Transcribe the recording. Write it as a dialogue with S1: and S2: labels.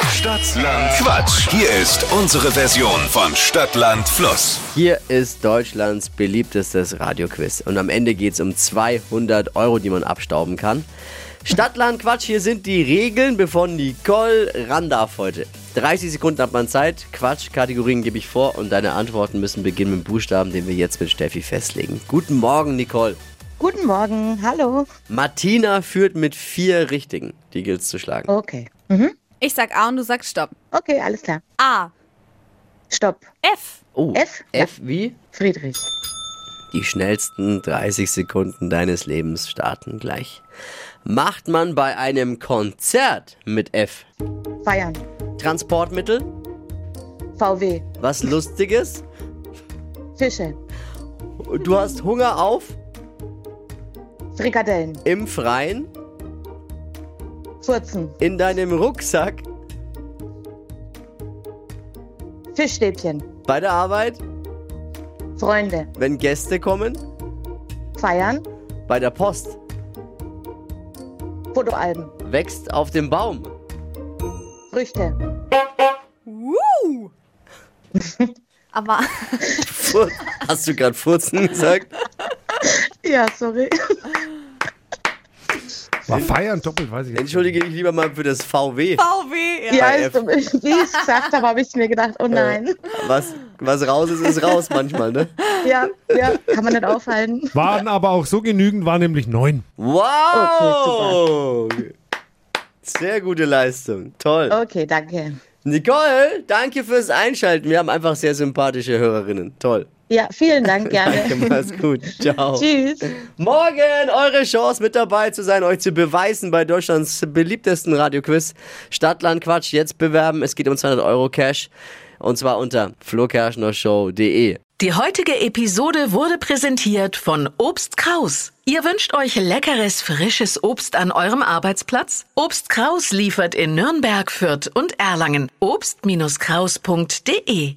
S1: Stadtland Quatsch. Hier ist unsere Version von Stadtland Fluss.
S2: Hier ist Deutschlands beliebtestes Radioquiz. Und am Ende geht es um 200 Euro, die man abstauben kann. Stadtland Quatsch, hier sind die Regeln von Nicole Randorf heute. 30 Sekunden hat man Zeit. Quatsch, Kategorien gebe ich vor und deine Antworten müssen beginnen mit dem Buchstaben, den wir jetzt mit Steffi festlegen. Guten Morgen, Nicole.
S3: Guten Morgen, hallo.
S2: Martina führt mit vier Richtigen. Die gilt es zu schlagen.
S3: Okay. Mhm.
S4: Ich sag A und du sagst Stopp.
S3: Okay, alles klar.
S4: A.
S3: Stopp.
S4: F.
S2: Oh,
S3: F?
S2: F wie?
S3: Friedrich.
S2: Die schnellsten 30 Sekunden deines Lebens starten gleich. Macht man bei einem Konzert mit F
S3: Bayern.
S2: Transportmittel?
S3: VW.
S2: Was Lustiges?
S3: Fische.
S2: Du hast Hunger auf?
S3: Frikadellen.
S2: Im Freien?
S3: Furzen.
S2: In deinem Rucksack?
S3: Fischstäbchen.
S2: Bei der Arbeit?
S3: Freunde.
S2: Wenn Gäste kommen?
S3: Feiern.
S2: Bei der Post?
S3: Fotoalben.
S2: Wächst auf dem Baum?
S3: Früchte.
S4: Woo! Aber
S2: Fur hast du gerade Furzen gesagt?
S3: Ja, sorry.
S5: War feiern doppelt, weiß ich jetzt.
S2: Entschuldige dich lieber mal für das VW.
S4: VW, ja.
S3: Ja,
S2: Bei
S3: ist, wie ich es gesagt habe, habe ich mir gedacht, oh nein.
S2: Was, was raus ist, ist raus manchmal, ne?
S3: Ja, ja, kann man nicht aufhalten.
S5: nicht. Waren aber auch so genügend, waren nämlich neun.
S2: Wow! Sehr gute Leistung. Toll.
S3: Okay, danke.
S2: Nicole, danke fürs Einschalten. Wir haben einfach sehr sympathische Hörerinnen. Toll.
S3: Ja, vielen Dank, gerne.
S2: Danke, mach's gut. Ciao.
S3: Tschüss.
S2: Morgen eure Chance mit dabei zu sein, euch zu beweisen bei Deutschlands beliebtesten Radioquiz Stadtland Quatsch. Jetzt bewerben. Es geht um 200 Euro Cash und zwar unter flokerschnershow.de.
S6: Die heutige Episode wurde präsentiert von Obst Kraus. Ihr wünscht euch leckeres, frisches Obst an eurem Arbeitsplatz? Obst Kraus liefert in Nürnberg, Fürth und Erlangen. Obst-Kraus.de